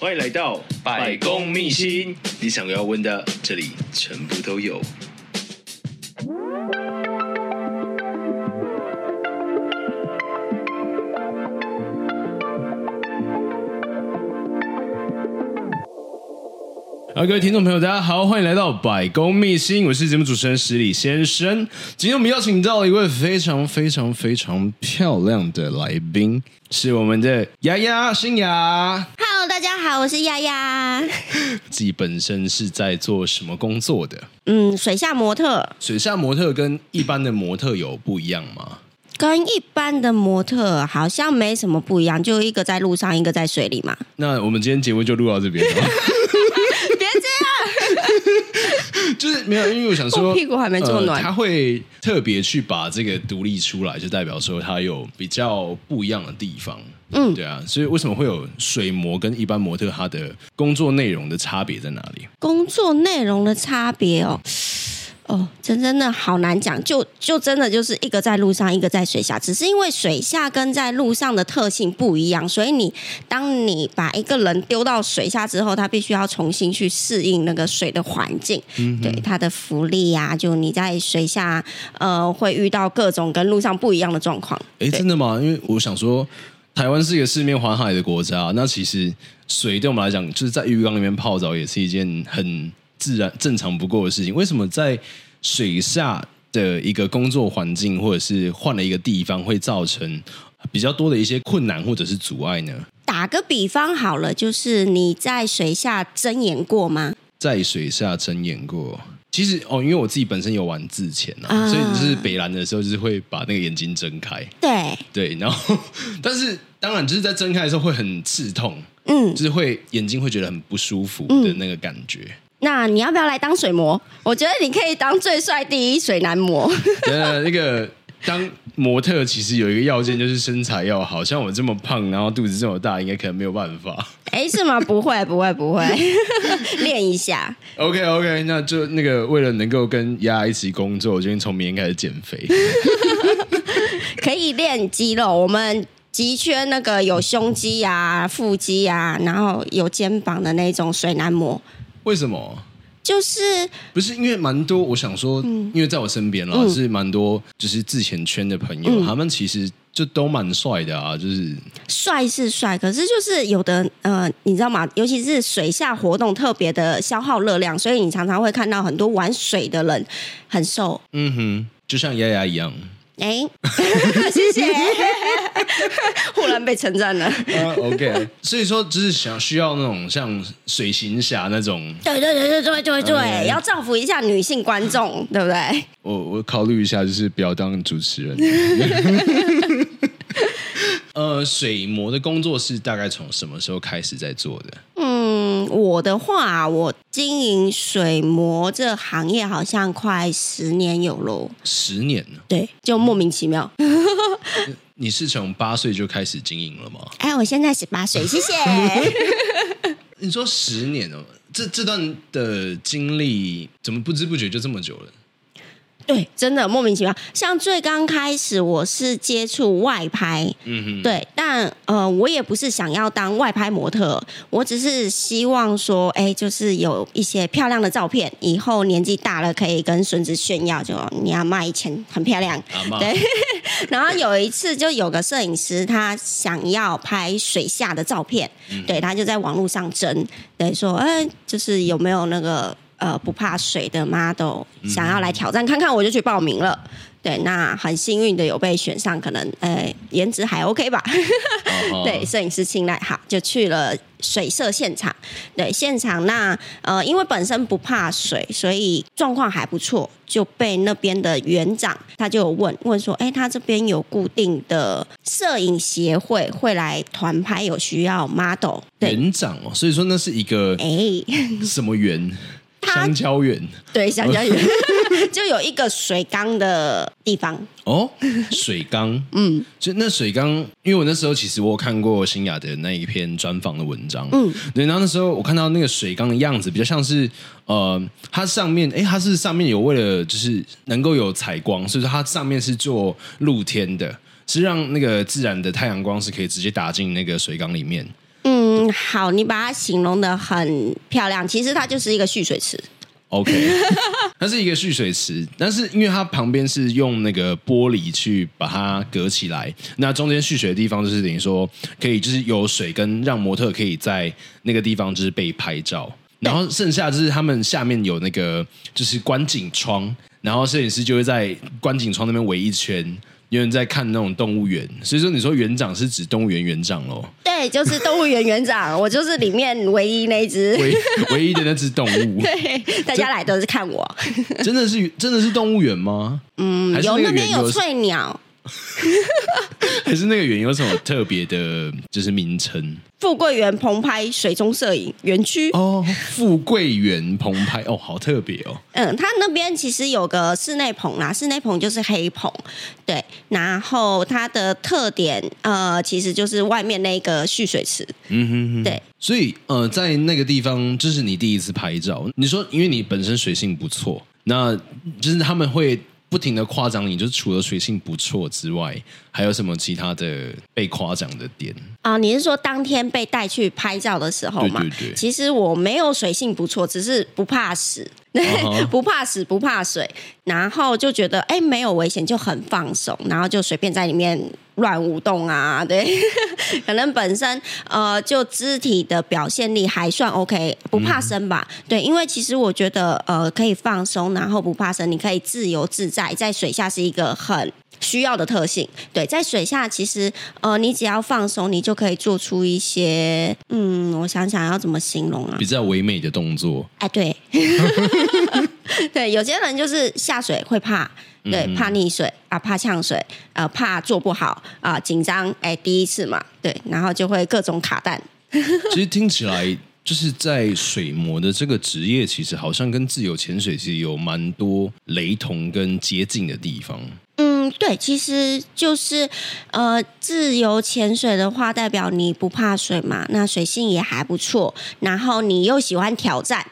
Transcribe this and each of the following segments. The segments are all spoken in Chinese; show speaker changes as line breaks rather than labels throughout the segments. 欢迎来到
百公秘
辛，你想要问的，这里全部都有。好，各位听众朋友，大家好，欢迎来到百公秘辛，我是节目主持人十里先生。今天我们邀请到了一位非常非常非常漂亮的来宾，是我们的雅雅新雅。
Hello，大家好，我是丫丫。
自己本身是在做什么工作的？
嗯，水下模特
水下模特跟一般的模特有不一样吗？
跟一般的模特好像没什么不一样，就一个在路上，一个在水里嘛。
那我们今天节目就录到这边哦了，
别这样，
就是没有，因为我想说，
我屁股还没坐暖
呃他会特别去把这个独立出来，就代表说他有比较不一样的地方。
嗯
对啊，所以为什么会有水模跟一般模特他的工作内容的差别在哪里？
工作内容的差别哦。哦，真真的好难讲，就就真的就是一个在路上，一个在水下，只是因为水下跟在路上的特性不一样，所以你当你把一个人丢到水下之后，他必须要重新去适应那个水的环境，对他的浮力呀、就你在水下呃会遇到各种跟路上不一样的状况。
诶，
对
真的吗？因为我想说，台湾是一个四面环海的国家，那其实水对我们来讲，就是在浴缸里面泡澡也是一件很自然、正常不过的事情。为什么在水下的一个工作环境，或者是换了一个地方，会造成比较多的一些困难或者是阻碍呢？
打个比方好了，就是你在水下睁眼过吗？
在水下睁眼过。其实哦，因为我自己本身有玩自潜啊，
啊
所以就是北蓝的时候，就是会把那个眼睛睁开，
对，
对，然后 但是当然就是在睁开的时候会很刺痛，
嗯，
就是会眼睛会觉得很不舒服的那个感觉。
那你要不要来当水魔？我觉得你可以当最帅第一水男 模。
呃，那个当模特其实有一个要件就是身材要好，像我这么胖，然后肚子这么大，应该可能没有办法。
哎，是吗？不会，不会，不会， 练一下。
OK OK，那就那个为了能够跟丫一起工作，我决定从明天开始减肥。
可以练肌肉。我们急缺那个有胸肌啊、腹肌啊，然后有肩膀的那种水男模，
为什么？
就是
不是因为蛮多，我想说，因为在我身边啦，是蛮多就是自前圈的朋友，他们其实就都蛮帅的啊，就是
帅是帅，可是就是有的呃，你知道吗？尤其是水下活动特别的消耗热量，所以你常常会看到很多玩水的人很瘦。
嗯哼，就像丫丫一样。
哎， 谢 谢，忽然被称赞了。
啊 OK，所以说就是想需要那种像水行侠那种，
对对对对对对对，
嗯
要造福一下女性观众，对不对？
我我考虑一下，就是不要当主持人。 呃，水模的工作是大概从什么时候开始在做的？
嗯，我的话，我经营水膜这行业好像快十年有喽。
十年了。
对，就莫名其妙。
你是从八岁就开始经营了吗？
哎，我现在十八岁，谢 谢。
你说十年哦，这这段的经历怎么不知不觉就这么久了？
对，真的莫名其妙。像最刚开始，我是接触外拍，
嗯哼，
对，但呃，我也不是想要当外拍模特，我只是希望说，哎，就是有一些漂亮的照片，以后年纪大了可以跟孙子炫耀，就哦你要卖以前很漂亮，
阿妈，
对然后有一次，就有个摄影师，他想要拍水下的照片，对他就在网络上征，对说，哎，就是有没有那个呃不怕水的 model 想要来挑战看看，我就去报名了。对，那很幸运的有被选上，可能呃颜值还 OK 吧。
哦
对，，摄影师青睐，好，就去了水社现场。对，现场那呃，因为本身不怕水，所以状况还不错，就被那边的园长他就有问问说，哎，他这边有固定的摄影协会会来团拍，有需要 model 对。
园长哦，所以说那是一个
哎，
什么园？
他
香蕉园
对，想 想也就有一个水缸的地方，
哦，水缸，
嗯，
就那水缸，因为我那时候其实我有看过新雅的那一篇专访的文章，嗯
嗯，
对，然后那时候我看到那个水缸的样子，比较像是呃，它上面，诶，它是上面有为了就是能够有采光，所以说它上面是做露天的，是让那个自然的太阳光是可以直接打进那个水缸里面，
嗯，好，你把它形容的很漂亮，其实它就是一个蓄水池。
OK，它是一个蓄水池，但是因为它旁边是用那个玻璃去把它隔起来，那中间蓄水的地方就是等于说可以就是有水跟让模特可以在那个地方就是被拍照，然后剩下就是他们下面有那个就是观景窗，然后摄影师就会在观景窗那边围一圈，有人在看那种动物园，所以说你说园长是指动物园园长喽，
对，就是动物园园长，我就是里面唯一那一只。
唯唯一的那只动 物，
对，大家来都是看我。
真的是真的是动物园吗？嗯，还是
有
那
那
个园
边有
是
翠鸟，
还是那个园有什么特别的，就是名称
富贵园澎湃水中摄影园区。
哦？富贵园澎湃哦，好特别哦。
嗯，它那边其实有个室内棚啦，室内棚就是黑棚，对。然后它的特点，呃，其实就是外面那个蓄水池，
嗯哼哼，
对。
所以呃，在那个地方，这是你第一次拍照。你说，因为你本身水性不错，那就是他们会不停的夸奖你，就是除了水性不错之外，还有什么其他的被夸奖的点？
啊、你是说当天被带去拍照的时候吗？
对对对
哦其实我没有水性不错，只是不怕死，对
啊哈
不怕死，不怕水，然后就觉得哎没有危险，就很放松，然后就随便在里面乱舞动啊，对， 可能本身呃就肢体的表现力还算 OK，不怕生吧？对，因为其实我觉得呃可以放松，然后不怕生，你可以自由自在，在水下是一个很。需要的特性，对，在水下其实，呃，你只要放松，你就可以做出一些，嗯，我想想要怎么形容啊
比？较唯美的动作，
哎，对，对，有些人就是下水会怕，对，怕溺水啊，怕呛水，呃，怕做不好啊、紧张，哎，第一次嘛，对，然后就会各种卡蛋，
其实听起来。就是在水模的这个职业，其实好像跟自由潜水其实有蛮多雷同跟接近的地方。
嗯，对，其实就是呃，自由潜水的话，代表你不怕水嘛，那水性也还不错，然后你又喜欢挑战。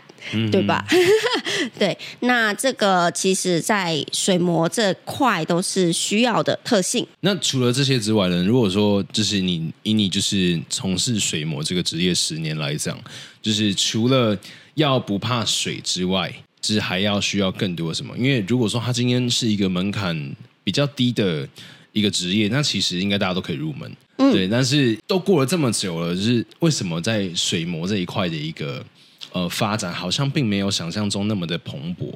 对吧？ 对，那这个其实，在水膜这块都是需要的特性。
那除了这些之外呢？如果说就是你以你就是从事水模这个职业十年来讲，就是除了要不怕水之外，就是还要需要更多什么？因为如果说他今天是一个门槛比较低的一个职业，那其实应该大家都可以入门。对，但是都过了这么久了，就是为什么在水模这一块的一个呃发展，好像并没有想象中那么的蓬勃？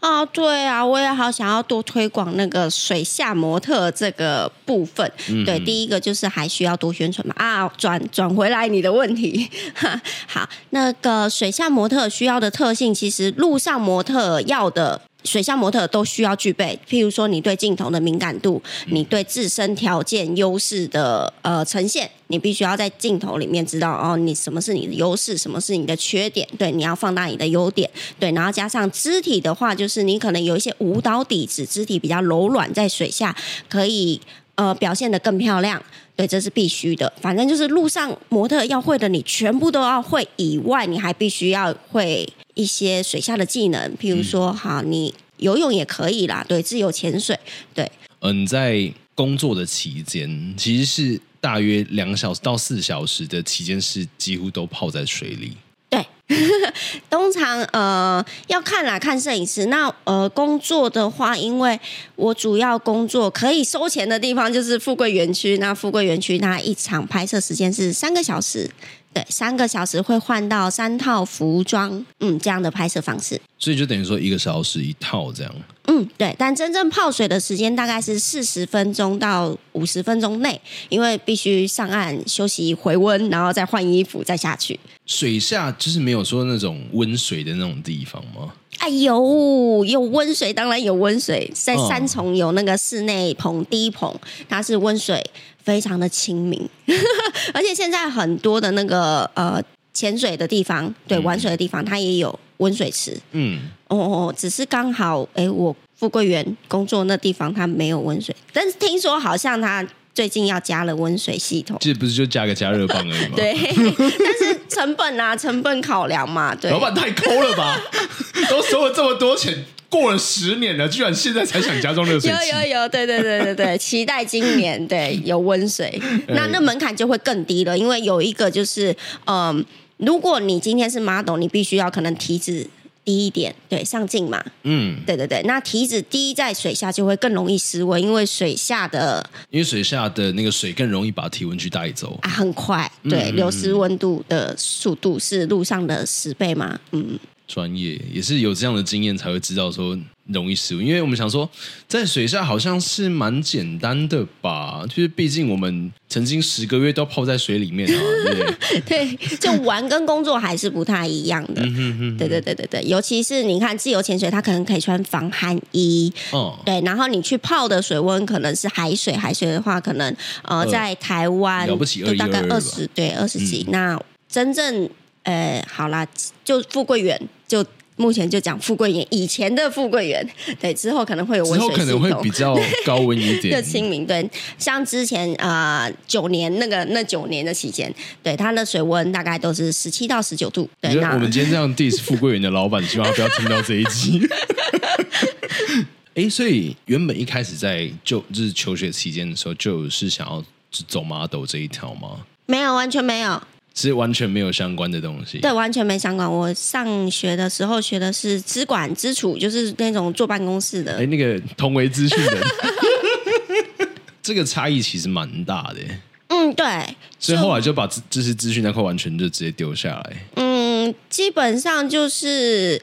哦，对啊，我也好想要多推广那个水下模特这个部分。对，第一个就是还需要多宣传嘛。啊，转转回来你的问题， 哈好，那个水下模特需要的特性，其实陆上模特要的。水下模特都需要具备，譬如说你对镜头的敏感度，你对自身条件优势的呃呈现，你必须要在镜头里面知道哦，你什么是你的优势，什么是你的缺点，对，你要放大你的优点，对，然后加上肢体的话，就是你可能有一些舞蹈底子，肢体比较柔软，在水下可以呃表现得更漂亮。对，这是必须的。反正就是路上模特要会的，你全部都要会以外，你还必须要会一些水下的技能，譬如说，好，你游泳也可以啦，对，自由潜水，对，
嗯，你在工作的期间，其实是大约两小时到四小时的期间，是几乎都泡在水里。
对，通常呃要看啦，看摄影师。那呃工作的话，因为我主要工作可以收钱的地方就是富贵园区。那富贵园区它一场拍摄时间是三个小时，对，三个小时会换到三套服装，嗯，这样的拍摄方式。
所以就等于说一个小时一套这样，
嗯，对，但真正泡水的时间大概是四十分钟到五十分钟内，因为必须上岸休息回温，然后再换衣服再下去。
水下就是没有说那种温水的那种地方吗？
哎呦，有温水，当然有温水，在
哦
三重有那个室内棚、低棚，它是温水，非常的亲民， 而且现在很多的那个呃潜水的地方，对，玩水的地方，它也有温水池。
嗯，
哦哦，只是刚好，哎，我富贵园工作那地方它没有温水，但是听说好像它最近要加了温水系统。
这不是就加个加热棒而已吗？
对， 但是成本啊，成本考量嘛，对。
老板太抠了吧！都收了这么多钱，过了十年了，居然现在才想加装热水
有
器。
有有，对对对对对，期待今年对有温水，那那门槛就会更低了，因为有一个就是嗯，如果你今天是 model，你必须要可能体脂低一点，对，上镜嘛，
嗯，
对对对，那体脂低在水下就会更容易失温，因为水下的
因为水下的那个水更容易把体温去带走。
啊很快，对，流失温度的速度是路上的十倍嘛，嗯，
专业也是有这样的经验才会知道说容易失误，因为我们想说在水下好像是蛮简单的吧，就是毕竟我们曾经十个月都泡在水里面啊，对不对？
对， 就玩跟工作还是不太一样的，对对对对对，尤其是你看自由潜水，它可能可以穿防寒衣，
哦，
对，然后你去泡的水温可能是海水，海水的话可能呃
二
在台湾
了不起
就大概
21
二十对二十
嗯
几，那真正呃好啦，就富贵园就。目前就讲富贵园，以前的富贵园，对，之后可能会有
之
温
后
水
可
系
能会
统
比，较高温一
就
点。
清明对，像之前啊九、年那个那九年的期间，对它的水温大概都是十七到十九度，
我
对，
觉得
那
我们今天这样 diss 富贵园的老板，希望他不要听到这一集。哎，所以原本一开始在就就是求学期间的时候，就是想要走 model 这一条吗？
没有完全没有，
是完全没有相关的东西。
对，完全没相关。我上学的时候学的是资管、资处，就是那种坐办公室
哎，
的。
那个同为资讯人， 这个差异其实蛮大的耶，
嗯，对，
所以后来就把资就是啊资讯那块完全就直接丢下来。
嗯，基本上就是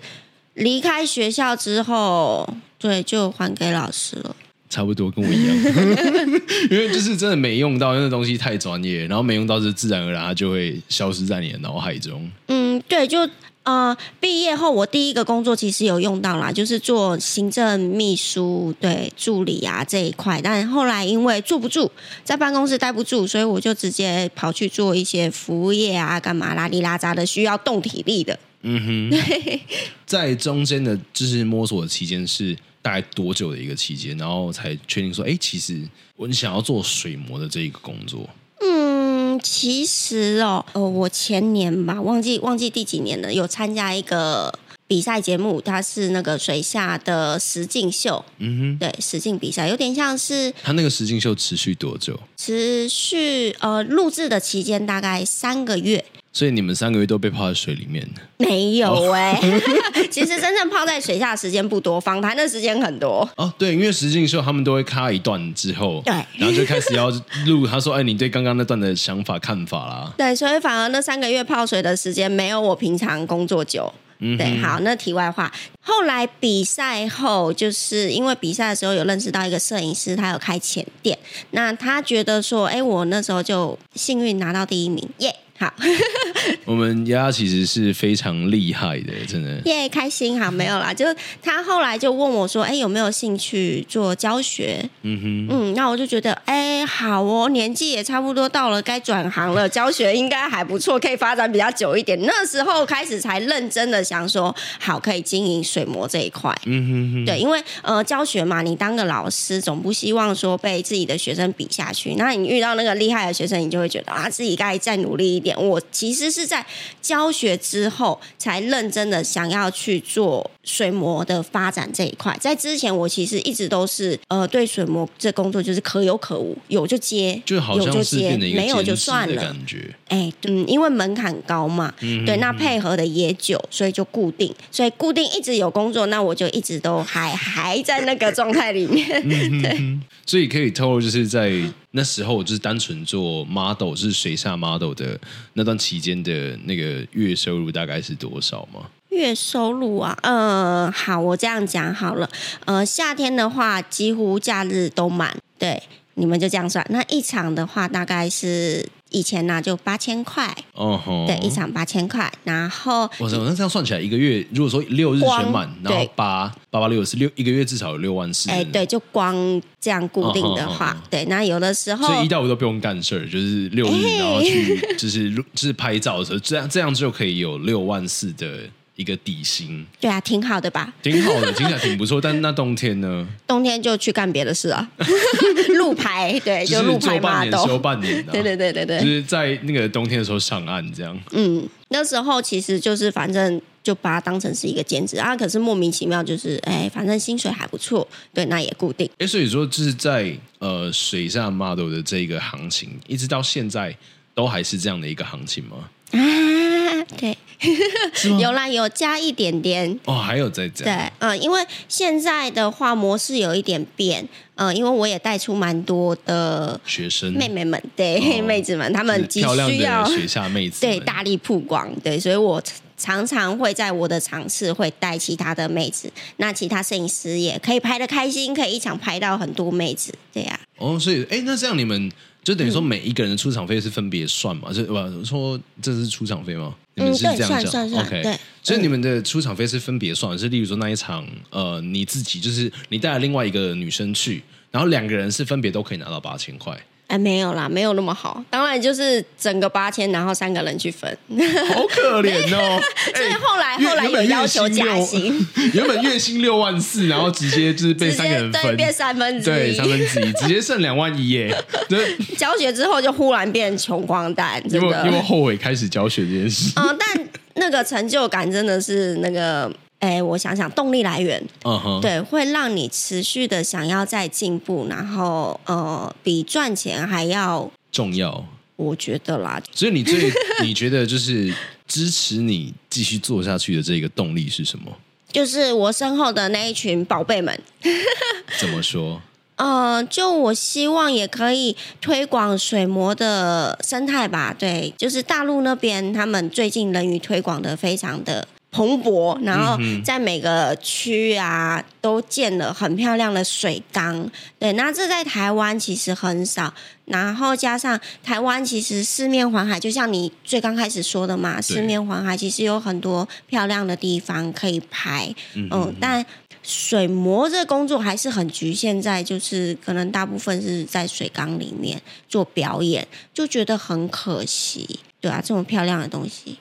离开学校之后，对，就还给老师了。
差不多跟我一样， 因为就是真的没用到，那个东西太专业，然后没用到，就自然而然它就会消失在你的脑海中。
嗯，对，就呃，毕业后我第一个工作其实有用到啦，就是做行政秘书、对助理啊这一块。但后来因为坐不住，在办公室待不住，所以我就直接跑去做一些服务业啊，干嘛拉里拉扎的，需要动体力的。
嗯哼，在中间的就是摸索的期间是大概多久的一个期间，然后才确定说，哎、其实我想要做水模的这一个工作。
嗯，其实哦，呃，我前年吧，忘记忘记第几年了，有参加一个比赛节目，它是那个水下的实境秀，
嗯哼，
对，实境比赛，有点像是
它那个实境秀持续多久？
持续呃录制的期间大概三个月。
所以你们三个月都被泡在水里面，
没
哦
有哎、 其实真正泡在水下的时间不多，访谈的时间很多。
哦，对，因为实境秀他们都会咔一段之后，
对
然后就开始要录。他说：“哎，你对刚刚那段的想法、看法 啦。
对，所以反而那三个月泡水的时间没有我平常工作久。
嗯哼
对，好，那题外话，后来比赛后，就是因为比赛的时候有认识到一个摄影师，他有开浅店，那他觉得说，哎，我那时候就幸运拿到第一名，耶、好，
我们丫丫其实是非常厉害的，真的。
耶、开心，好，没有啦，就他后来就问我说，哎，有没有兴趣做教学？
嗯哼，
嗯，那我就觉得，哎、好哦，年纪也差不多到了，该转行了。教学应该还不错，可以发展比较久一点。那时候开始才认真的想说，好，可以经营水膜这一块。
嗯哼哼，
对，因为呃，教学嘛，你当个老师，总不希望说被自己的学生比下去。那你遇到那个厉害的学生，你就会觉得啊，自己该再努力一点。我其实是在教学之后，才认真的想要去做水膜的发展这一块。在之前，我其实一直都是呃，对水膜这工作就是可有可无，有就接，
就好
有就
像是
接，
变得一个
没有就
兼职
算
的
了。
感觉。
哎，嗯，因为门槛高嘛，
嗯
对，那配合的也久，所以就固定，所以固定一直有工作，那我就一直都还还在那个状态里面。
所以可以透露，就是在那时候，就是单纯做 model，就是水下 model 的那段期间的那个月收入大概是多少吗？
月收入啊，呃，好，我这样讲好了，呃，夏天的话几乎假日都满，对，你们就这样算。那一场的话大概是以前呢、就八千块，
哦吼，
对，一场八千块，然后
我操，那这样算起来，一个月如果说六日
光
全满，然后
对
八八八六是六，一个月至少有六万四。
哎、对，就光这样固定的
哦哦
话，
哦哦
对，那有的时候
所以一到五都不用干事儿，就是六
哎
日，然后去就是录就是拍照的时候，这样这样就可以有六万四的一个底薪，
对啊，挺好的吧？
挺好的，听起来挺不错。但那冬天 呢，
冬天就去干别的事 啊，路牌对，
就
哎就是路牌
做半年
model，
休半 年啊，
对对对对
就
对，
是在那个冬天的时候上岸这样。
嗯，那时候其实就是反正就把它当成是一个兼职啊。可是莫名其妙就是，哎，反正薪水还不错，对，那也固定。
哎，所以说就是在呃水下 model 的这个行情，一直到现在都还是这样的一个行情吗？
啊，对，
是吗
有啦，有加一点点。
哦，还有在这
对
样，，
嗯，因为现在的话模式有一点变，嗯，因为我也带出蛮多的
学生
妹妹们，对、
嗯哦
妹子们，她
就是
们急
漂亮
需要
的水下妹子
对
们
大力曝光，对，所以我常常会在我的场次会带其他的妹子，那其他摄影师也可以拍的开心，可以一场拍到很多妹子，对啊呀、
哦，所以哎，诶那这样你们就等于说每一个人的出场费是分别算嘛？就我说这是出场费吗？你们是
嗯对，
这样
算
讲
算算，
？OK
对。，
所以你们的出场费是分别算的，是例如说那一场，呃，你自己就是你带了另外一个女生去，然后两个人是分别都可以拿到八千 块，
哎，没有啦，没有那么好，当然就是整个八千，然后三个人去分，
好可怜哦！
所以后来
原
后来
原
有
本
要
月
求
薪
加
六
薪。
原本月薪六万四，然后直接就是被
直
三个
接
人
对
分，
变三分之
对三
一。
分之一，直接剩两万一 耶！对，
教学之后就忽然变穷光蛋，
因
真
为因为
的。
后悔开始教学这件 事。
嗯，但那个成就感真的是那个，哎，我想想，动力来源，
嗯哼，
对，会让你持续的想要再进步，然后呃，比赚钱还要，
重要。
我觉得啦，
所以你最你觉得就是支持你继续做下去的这个动力是什么？
就是我身后的那一群宝贝们，
怎么说？
呃，就我希望也可以推广水魔的生态吧。对，就是大陆那边他们最近人鱼推广的非常的蓬勃，然后
嗯
在每个区啊都建了很漂亮的水缸。对，那这在台湾其实很少。然后加上台湾其实四面环海，就像你最刚开始说的嘛，四面环海其实有很多漂亮的地方可以拍。
嗯
嗯，但水磨这个工作还是很局限在，就是可能大部分是在水缸里面做表演，就觉得很可惜。对啊，这么漂亮的东西，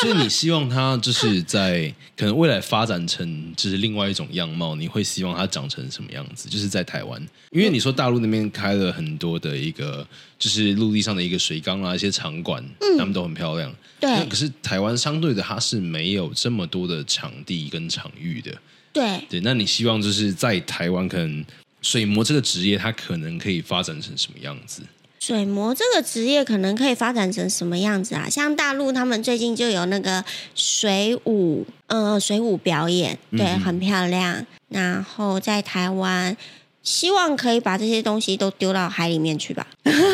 所以你希望它就是在可能未来发展成就是另外一种样貌，你会希望它长成什么样子？就是在台湾，因为你说大陆那边开了很多的一个就是陆地上的一个水缸啊，一些场馆，他们都很漂亮。那
对
可是台湾相对的，它是没有这么多的场地跟场域的。
对，
对，那你希望就是在台湾，可能水模这个职业，它可能可以发展成什么样子？
水磨这个职业可能可以发展成什么样子啊？像大陆他们最近就有那个水舞，呃，水舞表演，对，
嗯嗯
很漂亮。然后在台湾，希望可以把这些东西都丢到海里面去吧。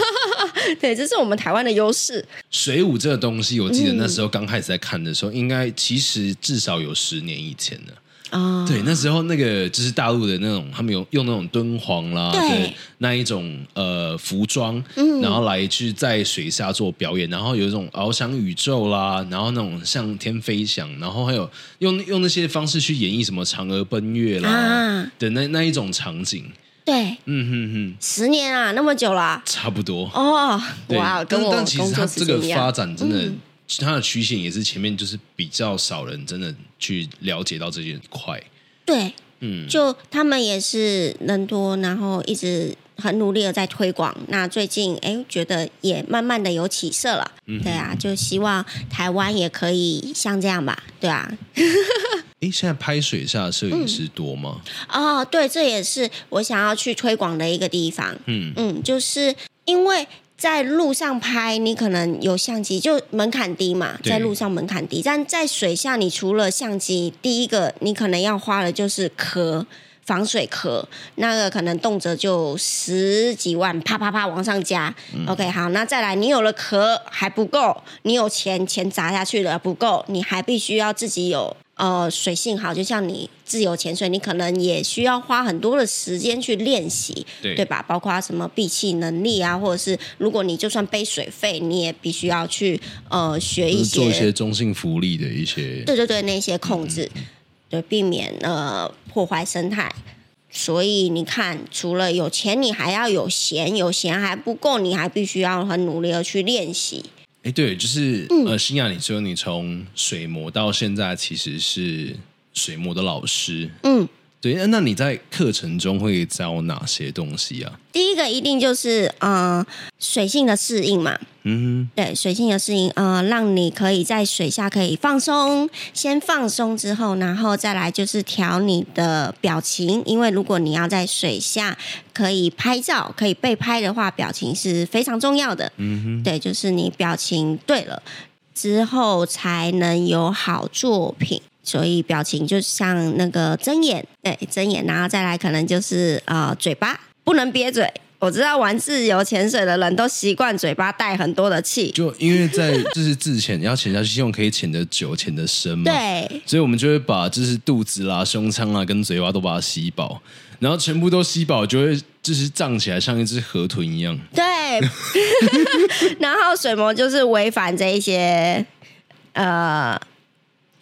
对，这是我们台湾的优势。
水舞这个东西，我记得那时
嗯
候刚开始在看的时候，应该其实至少有十年以前了。
啊、
对，那时候那个就是大陆的那种，他们有用那种敦煌啦
对嗯
的那一种呃服装，然后来去在水下做表演，然后有一种翱翔宇宙啦，然后那种向天飞翔，然后还有用用那些方式去演绎什么嫦娥奔月啦、
啊
的那那一种场景。
对，
嗯哼哼，
十年啊，那么久了啊、
差不多。
哦，
对，
哇，跟
但
我
但其
工
实它
作
这
时
个
间一
发
样。嗯
展真的，它的曲线也是前面就是比较少人真的去了解到这一块。
对，
嗯，
就他们也是人多，然后一直很努力的在推广。那最近哎，觉得也慢慢的有起色了。对啊，就希望台湾也可以像这样吧。对啊，
诶，现在拍水下的摄影师多吗？
哦，对，这也是我想要去推广的一个地方。
嗯
嗯，就是因为在路上拍，你可能有相机，就门槛低嘛，
对
在路上门槛低，但在水下，你除了相机，第一个你可能要花的就是壳。防水壳那个可能动辄就十几万，啪啪啪往上加。OK，好，那再来，你有了壳还不够，你有钱钱砸下去了不够，你还必须要自己有呃水性好，就像你自由潜水，你可能也需要花很多的时间去练习。
对
对吧？包括什么闭气能力啊，或者是如果你就算背水费，你也必须要去呃学
就
一
是做
些，
一些嗯中性福利的一些。
对对对，那些控制，对，避免呃破坏生态。所以你看，除了有钱，你还要有闲，有闲还不够，你还必须要很努力的去练习。
诶，对，就是、
嗯
呃，新亚，你说你从水模到现在其实是水模的老师，
嗯，
对，那你在课程中会教哪些东西啊？
第一个一定就是呃水性的适应嘛，
嗯
对水性的适应，呃，让你可以在水下可以放松，先放松之后，然后再来就是调你的表情，因为如果你要在水下可以拍照、可以被拍的话，表情是非常重要的。
嗯
对，就是你表情对了之后，才能有好作品。所以表情就像那个睁眼，对，睁眼，然后再来可能就是呃嘴巴不能憋嘴。我知道玩自由潜水的人都习惯嘴巴带很多的气，
就因为在就是自潜要潜下去，希望可以潜得久、潜得深嘛。。
对，
所以我们就会把就是肚子啦、胸腔啦跟嘴巴都把它吸饱，然后全部都吸饱，就会就是胀起来，像一只河豚一样。
对， 然后水魔就是违反这一些呃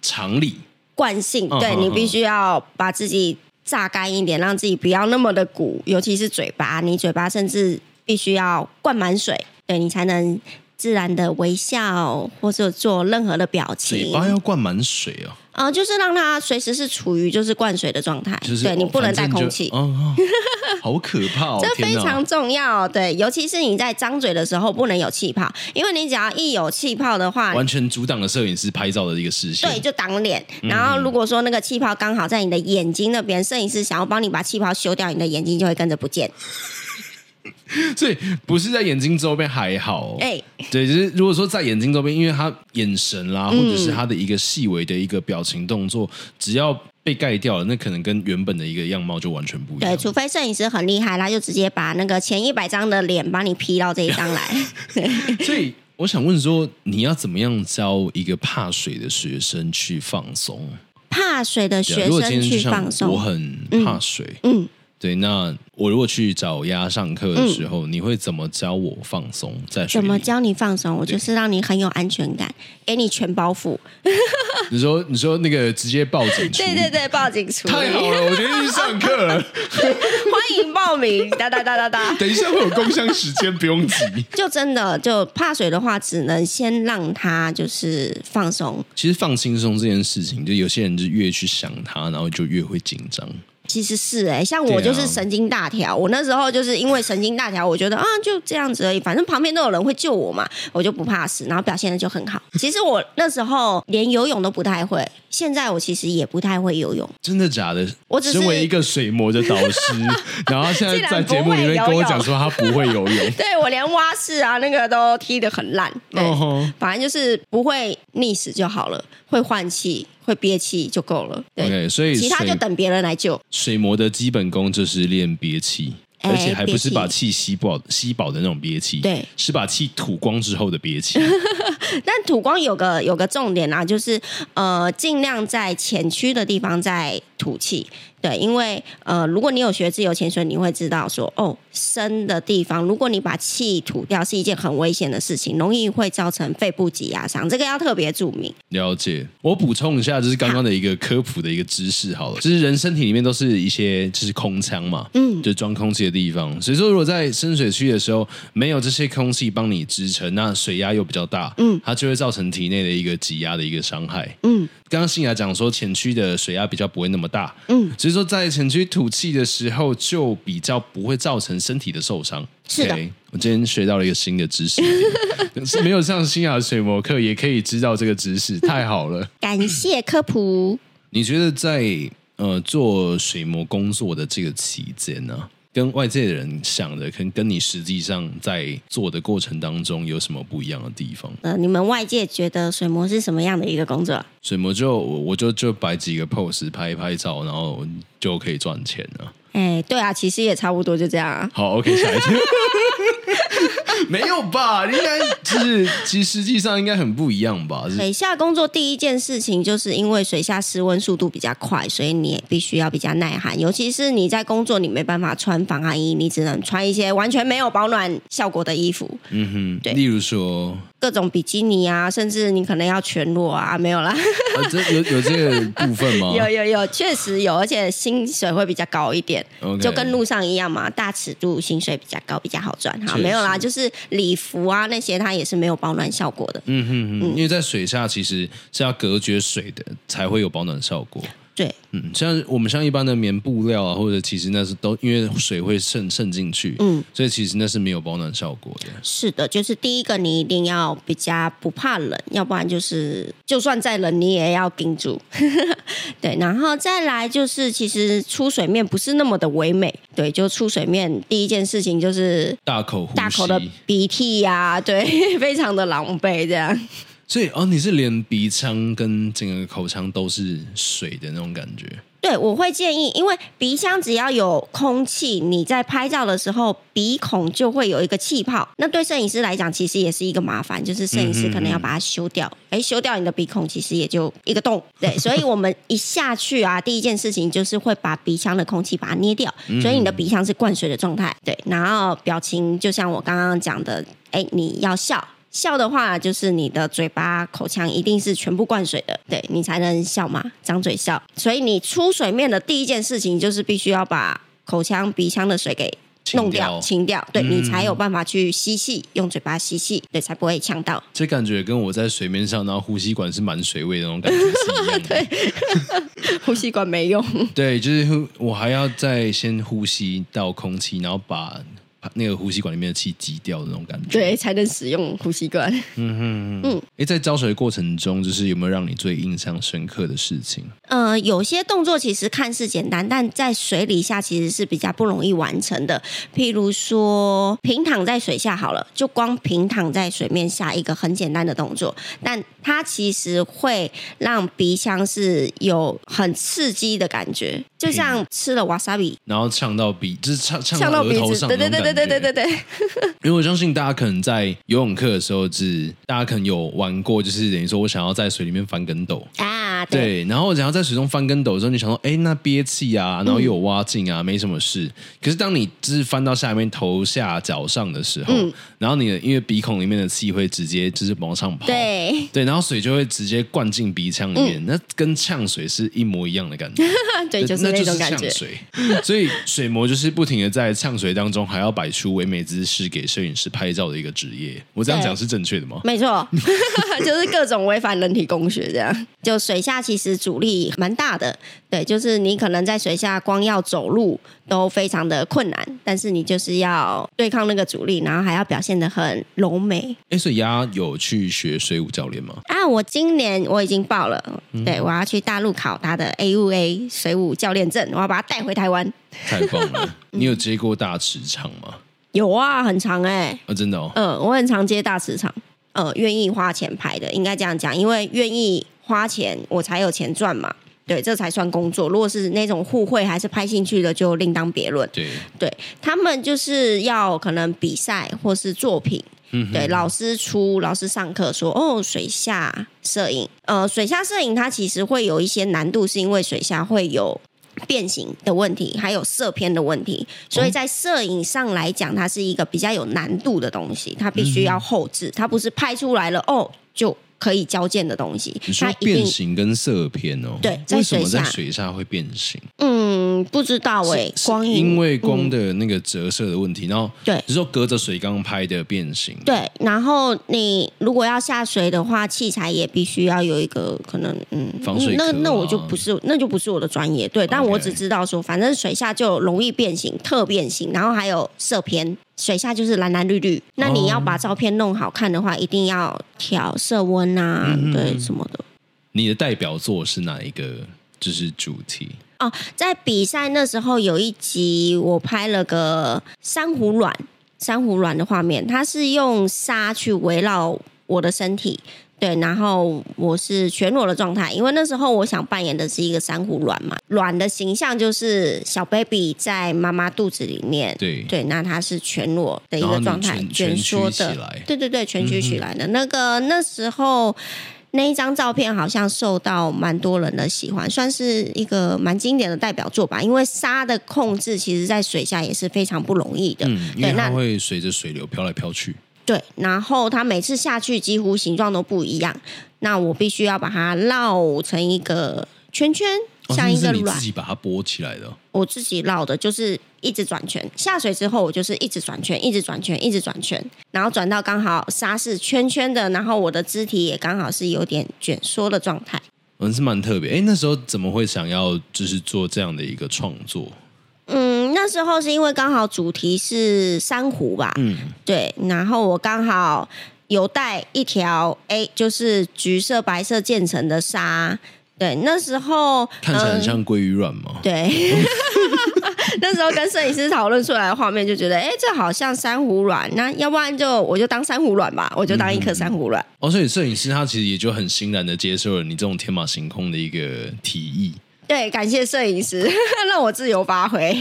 常理，
惯性，
嗯
对
嗯
你
嗯
必须要把自己榨干一点，让自己不要那么的鼓，尤其是嘴巴，你嘴巴甚至必须要灌满水，对你才能自然的微笑或者做任何的表
嘴
情，
巴要灌满水哦，
呃，就是让它随时是处于就是灌水的状态，
就是
对你
哦
不能带
反正就
空气。
哦，哦好可怕 哦！
这
天
非
哪
常重要，对，尤其是你在张嘴的时候不能有气泡，因为你只要一有气泡的话，
完全阻挡了摄影师拍照的一个视线。
对，就挡脸。
嗯
然后如果说那个气泡刚好在你的眼睛那边，摄影师想要帮你把气泡修掉，你的眼睛就会跟着不见。
所以不是在眼睛周边还好、哦，
哎、
对，就是如果说在眼睛周边，因为他眼神啦，或
嗯
者是他的一个细微的一个表情动作，只要被盖掉了，那可能跟原本的一个样貌就完全不一
对，
样。
除非摄影师很厉害，他就直接把那个前一百张的脸帮你 P 到这一张来。
所以我想问说，你要怎么样教一个怕水的学生去放松？
怕水的
对啊
学
如果今
生
天就
去
像
放
我
松，
很怕水，
嗯，
对，那我如果去找丫上课的时候，你会怎么教我放松在水
怎
里？
么教你放松？我就是让你很有安全感，给你全包袱。
你说你说那个直接报警处理，
对对对，报警处理，
太好了，我决定去上课了。
欢迎报名，哒哒哒哒哒。
等一下会有工商时间，不用急。
就真的就怕水的话，只能先让他就是放松，
其实放轻松这件事情，就有些人就越去想它，然后就越会紧张。
其实是哎、像
对啊
我就是神经大条，我那时候就是因为神经大条，我觉得啊就这样子而已，反正旁边都有人会救我嘛，我就不怕死，然后表现的就 很好。其实我那时候连游泳都不太会，现在我其实也不太会游泳，
真的假的？
我只是
身为一个水魔的导师，然后现在在节目里面跟我讲说他不会游泳。
对我连蛙式啊那个都踢得很烂， 对，
哦吼
反正就是不会溺死就好了，会换气、会憋气就够了，对
OK，所以
其他就
水
等别人来救。
水魔的基本功就是练憋气，
哎
而且还不是
憋气
把气吸饱吸饱的那种憋气，
对，
是把气吐光之后的憋气。
但土光有个有个重点啊，就是呃，尽量在前区的地方再吐气。对，因为呃，如果你有学自由潜水，你会知道说，哦，深的地方，如果你把气吐掉，是一件很危险的事情，容易会造成肺部挤压伤，这个要特别注明。
了解，我补充一下，就是刚刚的一个科普的一个知识好了，就是人身体里面都是一些就是空腔嘛，嗯，就装空气的地方，所以说如果在深水区的时候没有这些空气帮你支撑，那水压又比较大，嗯，它就会造成体内的一个挤压的一个伤害，嗯，刚刚新雅讲说前区的水压比较不会那么大，嗯，所以说在前区吐气的时候就比较不会造成身体的受伤，
是的
OK，我今天学到了一个新的知识。是没有上新雅水膜课也可以知道这个知 识，太好了。
感谢科普。
你觉得在呃做水膜工作的这个期间呢、跟外界的人想的，跟跟你实际上在做的过程当中有什么不一样的地方？
呃，你们外界觉得水魔是什么样的一个工作？
水膜就我我就就摆几个 pose 拍一拍照，然后就可以赚钱了。
哎，对啊，其实也差不多就这样啊。
好，OK，下一题。 没有吧？应该就是其实实际上应该很不一样吧？是
水下工作第一件事情，就是因为水下室温速度比较快，所以你也必须要比较耐寒。尤其是你在工作，你没办法穿防寒衣，你只能穿一些完全没有保暖效果的衣服，
嗯
对
哼，例如说
各种比基尼啊，甚至你可能要全裸啊，没有啦，
啊，这有有这个部分 吗？
有有有，确实有，而且薪水会比较高一点
OK
就跟路上一样嘛，大尺度薪水比较高，比较好赚哈。
确实
没有啦，就是礼服啊那些，它也是没有保暖效
嗯
果的。
嗯哼哼，因为在水下其实是要隔绝水的，才会有保暖效果。
对，
嗯，像我们像一般的棉布料啊，或者其实那是都因为水会渗渗进去，
嗯，
所以其实那是没有保暖效果的。
是的，就是第一个你一定要比较不怕冷，要不然就是就算再冷你也要盯住。 对，然后再来就是其实出水面不是那么的唯美，对，就出水面第一件事情就是
大口呼吸，
大口的鼻涕呀、对， 非常的狼狈这样。
所以哦，你是连鼻腔跟整个口腔都是水的那种感觉。
对，我会建议，因为鼻腔只要有空气，你在拍照的时候，鼻孔就会有一个气泡。那对摄影师来讲，其实也是一个麻烦，就是摄影师可能要把它修掉。哎、修掉你的鼻孔，其实也就一个洞。对，所以我们一下去啊，第一件事情就是会把鼻腔的空气把它捏掉，所以你的鼻腔是灌水的状态。对，然后表情就像我刚刚讲的，哎，你要笑。笑的话，就是你的嘴巴、口腔一定是全部灌水的，对你才能笑嘛，张嘴笑。所以你出水面的第一件事情就是必须要把口腔、鼻腔的水给弄掉、嗯
清
清掉，对、你才有办法去吸气，用嘴巴吸气，对，才不会呛到。
这感觉跟我在水面上，然后呼吸管是满水位的那种感觉是一样的。对
呼吸管没用，
就是我还要再先呼吸到空气，然后把那个呼吸管里面的气挤掉的那种感觉。
对，才能使用呼吸管。
诶，在浇水的过程中，就是有没有让你最印象深刻的事情？
呃，有些动作其实看似简单，但在水里下其实是比较不容易完成的。譬如说，平躺在水下好了，就光平躺在水面下一个很简单的动作，但它其实会让鼻腔是有很刺激的感觉，就像吃了 wasabi
然后呛到鼻，就是呛呛
呛到
嗯额
鼻
头
子，
上
对
的那
对
种感
对
觉。
对对对对对，
因为我相信大家可能在游泳课的时候是，大家可能有玩过，就是等于说我想要在水里面翻跟斗，
啊，对
对，然后想要在水中翻跟斗的时候，你想说，哎，那憋气啊，然后又有蛙镜
嗯
啊，没什么事。可是当你就是翻到下面头下脚上的时候，
嗯
然后你的因为鼻孔里面的气会直接就是往上跑，
对
对然后水就会直接灌进鼻腔里面，那跟呛水是一模一样的感觉。
对， 就是
那
那
就是
种感
呛
觉。
水，所以水魔就是不停的在呛水当中，还要摆出唯美姿势给摄影师拍照的一个职业。我这样
对
讲是正确的吗？
没错， 就是各种违反人体工学这样。就水下其实阻力蛮大的，对，就是你可能在水下光要走路都非常的困难，但是你就是要对抗那个阻力，然后还要表现的很柔美
哎，所以丫有去学水舞教练吗？
啊！我今年我已经报了，对我要去大陆考他的 AUA 水舞教练证，我要把他带回台湾。
太棒 了！
嗯
你有接过大池场吗？
有啊，很长哎、
啊，真的哦。
嗯，我很常接大市场，呃，愿意花钱拍的，应该这样讲，因为愿意花钱，我才有钱赚嘛。对，这才算工作。如果是那种互惠还是拍兴趣的，就另当别论。
对，
对他们就是要可能比赛或是作品，
嗯
对老师出，老师上课说哦，水下摄影，呃，水下摄影它其实会有一些难度，是因为水下会有。变形的问题，还有色偏的问题，所
哦
以在摄影上来讲，它是一个比较有难度的东西，它必须要后置，它不是拍出来了哦就可以交件的东西
你，说
它一
变
定
形跟色偏哦，
对在
为什么
水下
在水下会变形？
嗯不知道哎、
是
光影
因为光的那个折射的问题，然后
嗯对
你说隔着水缸拍的变形，
对，然后你如果要下水的话，器材也必须要有一个可能，嗯，
防水壳啊哦
那那我就不是，那就不是我的专业，对，但
OK
我只知道说，反正水下就容易变形、特变形，然后还有色偏，水下就是蓝蓝绿绿。那你
哦
要把照片弄好看的话，一定要调色温啊，
嗯
对什么的。
你的代表作是哪一个？就是主题
哦，在比赛那时候有一集，我拍了个珊瑚卵，珊瑚卵的画面，它是用纱去围绕我的身体。对，然后我是全裸的状态，因为那时候我想扮演的是一个珊瑚卵嘛，卵的形象就是小 baby 在妈妈肚子里面，
对
对，那它是全裸的一
然后
个
你
状态，
全
卷
全
缩
曲起
的，
来，
对对对，全举
嗯
起来的、那个那时候那一张照片好像受到蛮多人的喜欢，算是一个蛮经典的代表作吧。因为沙的控制，其实在水下也是非常不容易的。
嗯，因为
对那
它会随着水流飘来飘去。
对，然后它每次下去几乎形状都不一样，那我必须要把它绕成一个圈圈，
哦
像一
那
个
是你
卵。
自己把它拨起来的哦，
我自己绕的，就是一直转圈。下水之后，我就是一直转圈，一直转圈，一直转圈，然后转到刚好沙是圈圈的，然后我的肢体也刚好是有点卷缩的状态。
嗯，是蛮特别。哎，那时候怎么会想要就是做这样的一个创作？
嗯，那时候是因为刚好主题是珊瑚吧，嗯，对，然后我刚好有带一条，哎，就是橘色白色渐层的纱，对，那时候
看起来很
嗯
像鲑鱼卵吗？
对， 那时候跟摄影师讨论出来的画面，就觉得哎、诶这好像珊瑚卵，那要不然就我就当珊瑚卵吧，我就当一颗珊瑚卵。
哦，所以摄影师他其实也就很欣然的接受了你这种天马行空的一个提议。
对，感谢摄影师 让我自由发挥。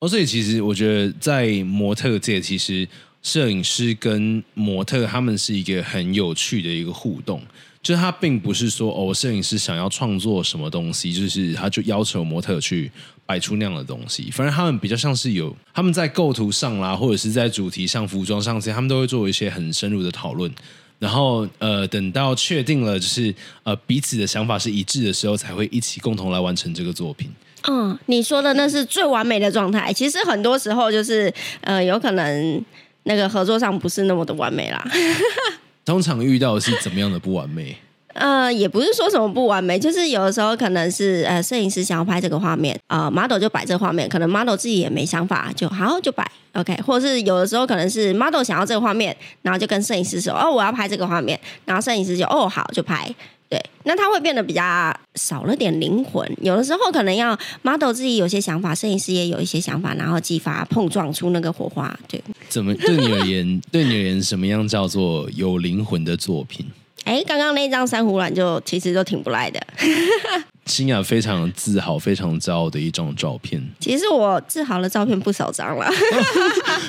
哦，所以其实我觉得在模特界，其实摄影师跟模特他们是一个很有趣的一个互动。就是他并不是说哦，摄影师想要创作什么东西，就是他就要求模特去摆出那样的东西。反正他们比较像是有他们在构图上啦，或者是在主题上、服装上这些，他们都会做一些很深入的讨论。然后呃，等到确定了就是呃彼此的想法是一致的时候，才会一起共同来完成这个作品。
嗯，你说的那是最完美的状态。其实很多时候就是呃，有可能那个合作上不是那么的完美啦。
通常遇到的是怎么样的不完美？
呃，也不是说什么不完美，就是有的时候可能是呃，摄影师想要拍这个画面，呃，model 就摆这个画面，可能 model 自己也没想法，就好就摆 OK，或者是有的时候可能是 model 想要这个画面，然后就跟摄影师说哦，我要拍这个画面，然后摄影师就哦好就拍。对，那它会变得比较少了点灵魂。有的时候可能要 model 自己有些想法，摄影师也有一些想法，然后激发碰撞出那个火花。对，
怎么对你而言， 对你而言，什么样叫做有灵魂的作品？
哎，刚刚那张珊瑚卵就其实就挺不赖的。
新雅非常自豪、非常骄傲的一张照片。
其实我自豪的照片不少张了。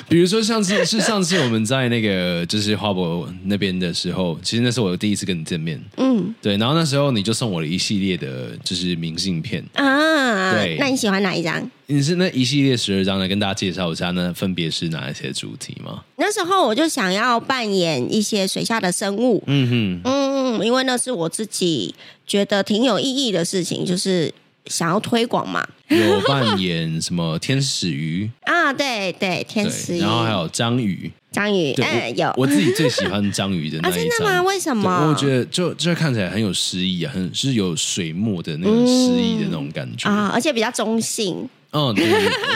比如说上 次是上次我们在那个就是花博那边的时候，其实那是我第一次跟你见面，
嗯
对。然后那时候你就送我了一系列的，就是明信片。
啊，
对
那你喜欢哪一张？
你是那一系列十二张的，跟大家介绍一下，那分别是哪一些主题 吗？
那时候我就想要扮演一些水下的生物，
嗯哼，
嗯，因为那是我自己觉得挺有意义的事情，就是想要推广嘛。
有扮演什么天使鱼，
啊，对对，天使
对，
鱼
然后还有章鱼，
章鱼，
对，
哎、
我
有
我
啊，
自己最喜欢章鱼的那一张。
真的吗？为什么？
对我觉得就就是看起来很有诗意啊，很是有水墨的那种诗意的那种感觉。嗯，
啊，而且比较中性，
对，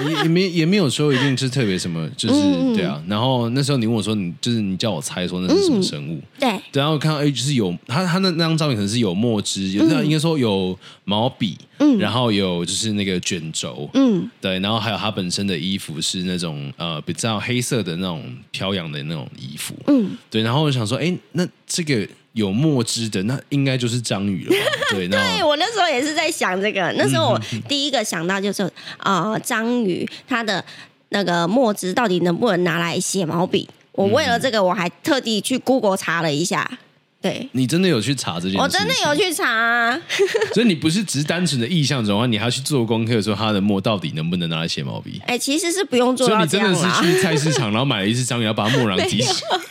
也 也没也没有说一定是特别什么，就是、
嗯嗯
对啊。然后那时候你问我说你，就是你叫我猜说那是什么生物，
对，
对，然后我看到哎，就是有他他那那张照片可能是有墨汁，有、应该说有毛笔，
嗯
然后有就是那个卷轴，
嗯
对，然后还有他本身的衣服是那种呃比较黑色的那种飘扬的那种衣服，
嗯，
对，然后我想说，哎，那这个有墨汁的，那应该就是章鱼了吧？ 对，
对
那
我那时候也是在想这个，那时
嗯
候我第一个想到就是啊、呃章鱼它的那个墨汁到底能不能拿来写毛笔？我为了这个，我还特地去 Google 查了一下。对，
你真的有去查这件事？
我真的有，去查啊、
所以你不是只是单纯的意象转换，你还要去做功课，说它的墨到底能不能拿来写毛笔？
哎、其实是不用做
所以
到
你
这
真的
样啊
是
啦，
去菜市场，然后买了一只章鱼，要把它墨囊挤起。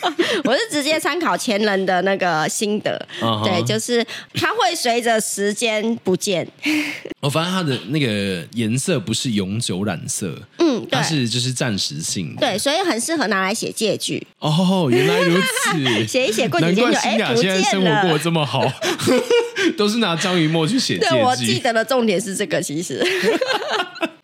我是直接参考前人的那个心得。
啊哈
对，就是它会随着时间不见。
我发现它的那个颜色不是永久染色，
嗯，对
它是就是暂时性的。
对，所以很适合拿来写借据，
哦，原来如此。
写一写过几
难
天
怪
就
新
哎、
雅
不
现在
见
生活过
了
得。这么 好，都是拿章鱼墨去写借
对，我记
据。
得的重点是这个，其实。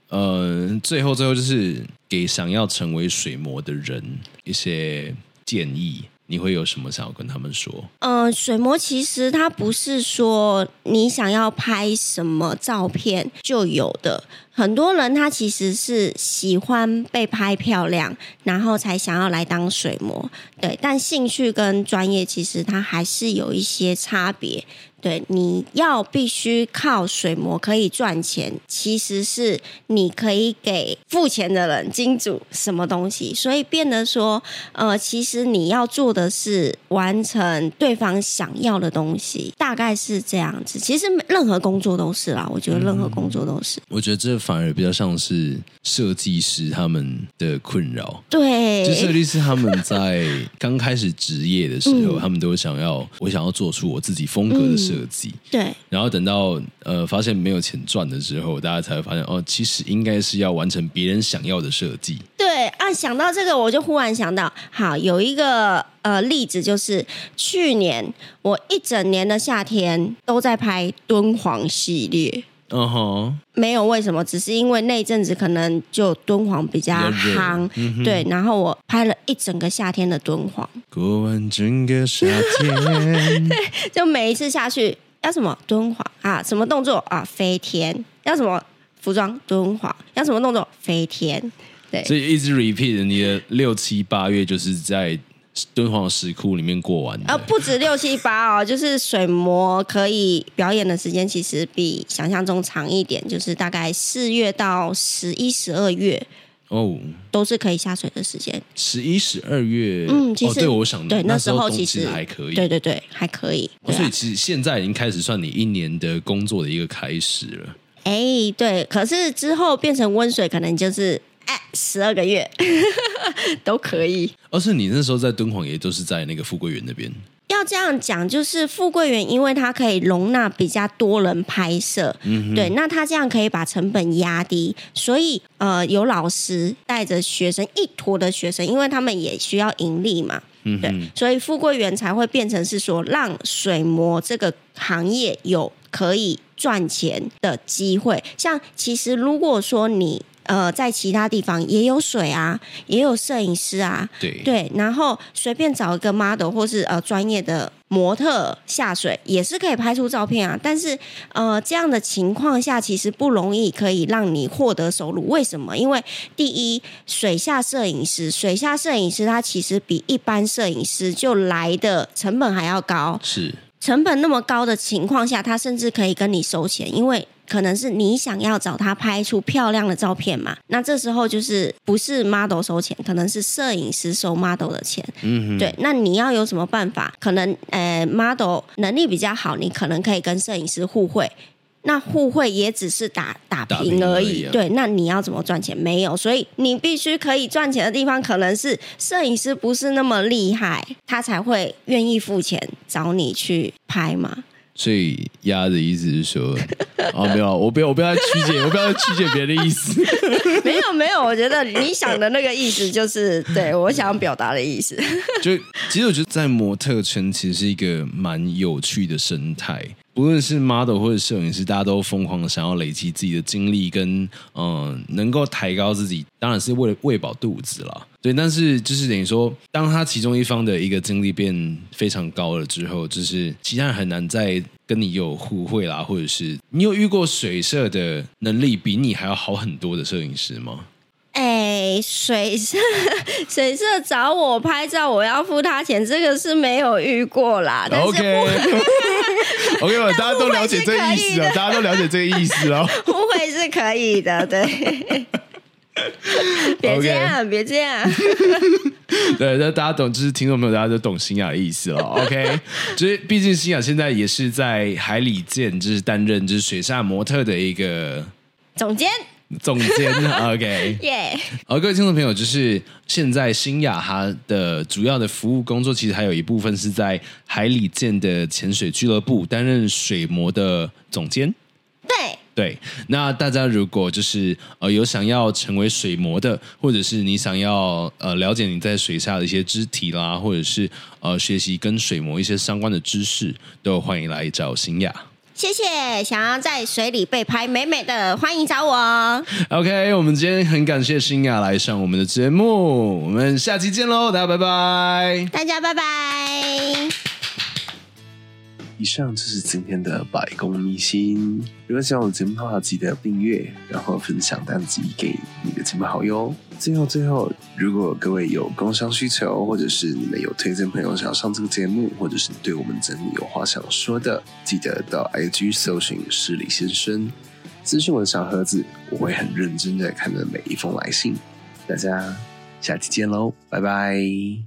呃，最后最后就是给想要成为水魔的人一些建议，你会有什么想要跟他们说？
嗯，水膜其实它不是说你想要拍什么照片就有的，很多人他其实是喜欢被拍漂亮，然后才想要来当水膜。对，但兴趣跟专业其实它还是有一些差别。对，你要必须靠水膜可以赚钱，其实是你可以给付钱的人金主什么东西，所以变得说，呃，其实你要做的是完成对方想要的东西，大概是这样子。其实任何工作都是啦，我觉得任何工作都是。
我觉得这反而比较像是设计师他们的困扰。
对，
就设计师他们在刚开始职业的时
嗯
候，他们都想要我想要做出我自己风格的设计，
对，
然后等到呃发现没有钱赚的时候，大家才会发现哦，其实应该是要完成别人想要的设计。
对啊，想到这个，我就忽然想到，好有一个呃例子，就是去年我一整年的夏天都在拍敦煌系列。
嗯哼，
没有为什么，只是因为那一阵子可能就敦煌比较嗯
比较热
夯，对。然后我拍了一整个夏天的敦煌，
过完整个夏天，
就每一次下去要什么敦煌啊，什么动作啊飞天，要什么服装敦煌，要什么动作飞天，对
所以一直 repeat 你的六七八月就是在敦煌石窟里面过完的。
呃，不止六七八哦，就是水魔可以表演的时间其实比想象中长一点，就是大概四月到十一、十二月
哦，
都是可以下水的时间。
十一、十二月，
嗯其实
哦，对我想到
对，
那
时
候
候
冬
其
季
实
还可以，
对对对，还可以。
哦
对
所以
啊，
其实现在已经开始算你一年的工作的一个开始了。
哎、对，可是之后变成温水，可能就是哎十二个月 都可以。
而是你那时候在敦煌也都是在那个富贵园那边，
要这样讲，就是富贵园，因为它可以容纳比较多人拍摄，
嗯
对，那它这样可以把成本压低，所以呃，有老师带着学生一坨的学生，因为他们也需要盈利嘛，
嗯
对，
哼，
所以富贵园才会变成是说让水膜这个行业有可以赚钱的机会。像其实如果说你呃在其他地方也有水啊，也有摄影师啊，
对
对，然后随便找一个 model 或是呃专业的模特下水，也是可以拍出照片啊。但是呃这样的情况下，其实不容易可以让你获得收入。为什么？因为第一，水下摄影师，水下摄影师他其实比一般摄影师就来的成本还要高。
是
成本那么高的情况下，他甚至可以跟你收钱，因为可能是你想要找他拍出漂亮的照片嘛。那这时候就是不是 model 收钱，可能是摄影师收 model 的钱。
嗯哼，
对，那你要有什么办法？可能呃，model 能力比较好，你可能可以跟摄影师互惠。那互惠也只是打打
打
平
平而
而
已
已，
啊
对。那你要怎么赚钱？没有，所以你必须可以赚钱的地方，可能是摄影师不是那么厉害，他才会愿意付钱找你去 拍嘛。
所以鸭的意思是说，哦，没有啊，我不要，我不要再曲解，我不要再曲解别人的意思。
没有，没有，我觉得你想的那个意思就是对我想表达的意思。
就其实我觉得在模特圈其实是一个蛮有趣的生态，不论是 model 或者摄影师，大家都疯狂地想要累积自己的经历跟嗯、呃能够抬高自己，当然是为了喂饱肚子啦。对，但是就是等于说，当他其中一方的一个经历变非常高了之后，就是其他人很难再跟你有互惠啦，或者是你有遇过水社的能力比你还要好很多的摄影师吗？
哎，水社 水社找我拍照，我要付他钱，这个是没有遇过啦。但
OK
是
OK 吧，大家都了解这个意思了，大家都了解这个意思了。
互互惠是可以的，对。别这样，别这样。
对，那大家懂，就是听众朋友，大家都懂新雅的意 思了。OK，就是毕竟新雅现在也是在海里舰，就是担任就是水下模特的一个
总监，
总 监。OK，
耶、
好，各位听众朋友，就是现在新雅哈的主要的服务工作，其实还有一部分是在海里舰的潜水俱乐部担任水模的总监。
对，
对，那大家如果就是呃有想要成为水模的，或者是你想要呃了解你在水下的一些肢体啦，或者是呃学习跟水模一些相关的知识，都欢迎来找新雅。
谢谢。想要在水里被拍美美的，欢迎找我哦。
OK，我们今天很感谢新雅来上我们的节目，我们下期见喽，大家拜拜。
大家拜拜。
以上就是今天的百公秘辛。如果喜欢我的节目的话，记得订阅，然后分享单集给你的亲朋好友。最后，最后，如果各位有工商需求，或者是你们有推荐朋友想要上这个节目，或者是你对我们节目有话想说的，记得到 IG 搜寻“失礼先生”，私信我的小盒子，我会很认真的看着每一封来信。大家下期见喽，拜拜。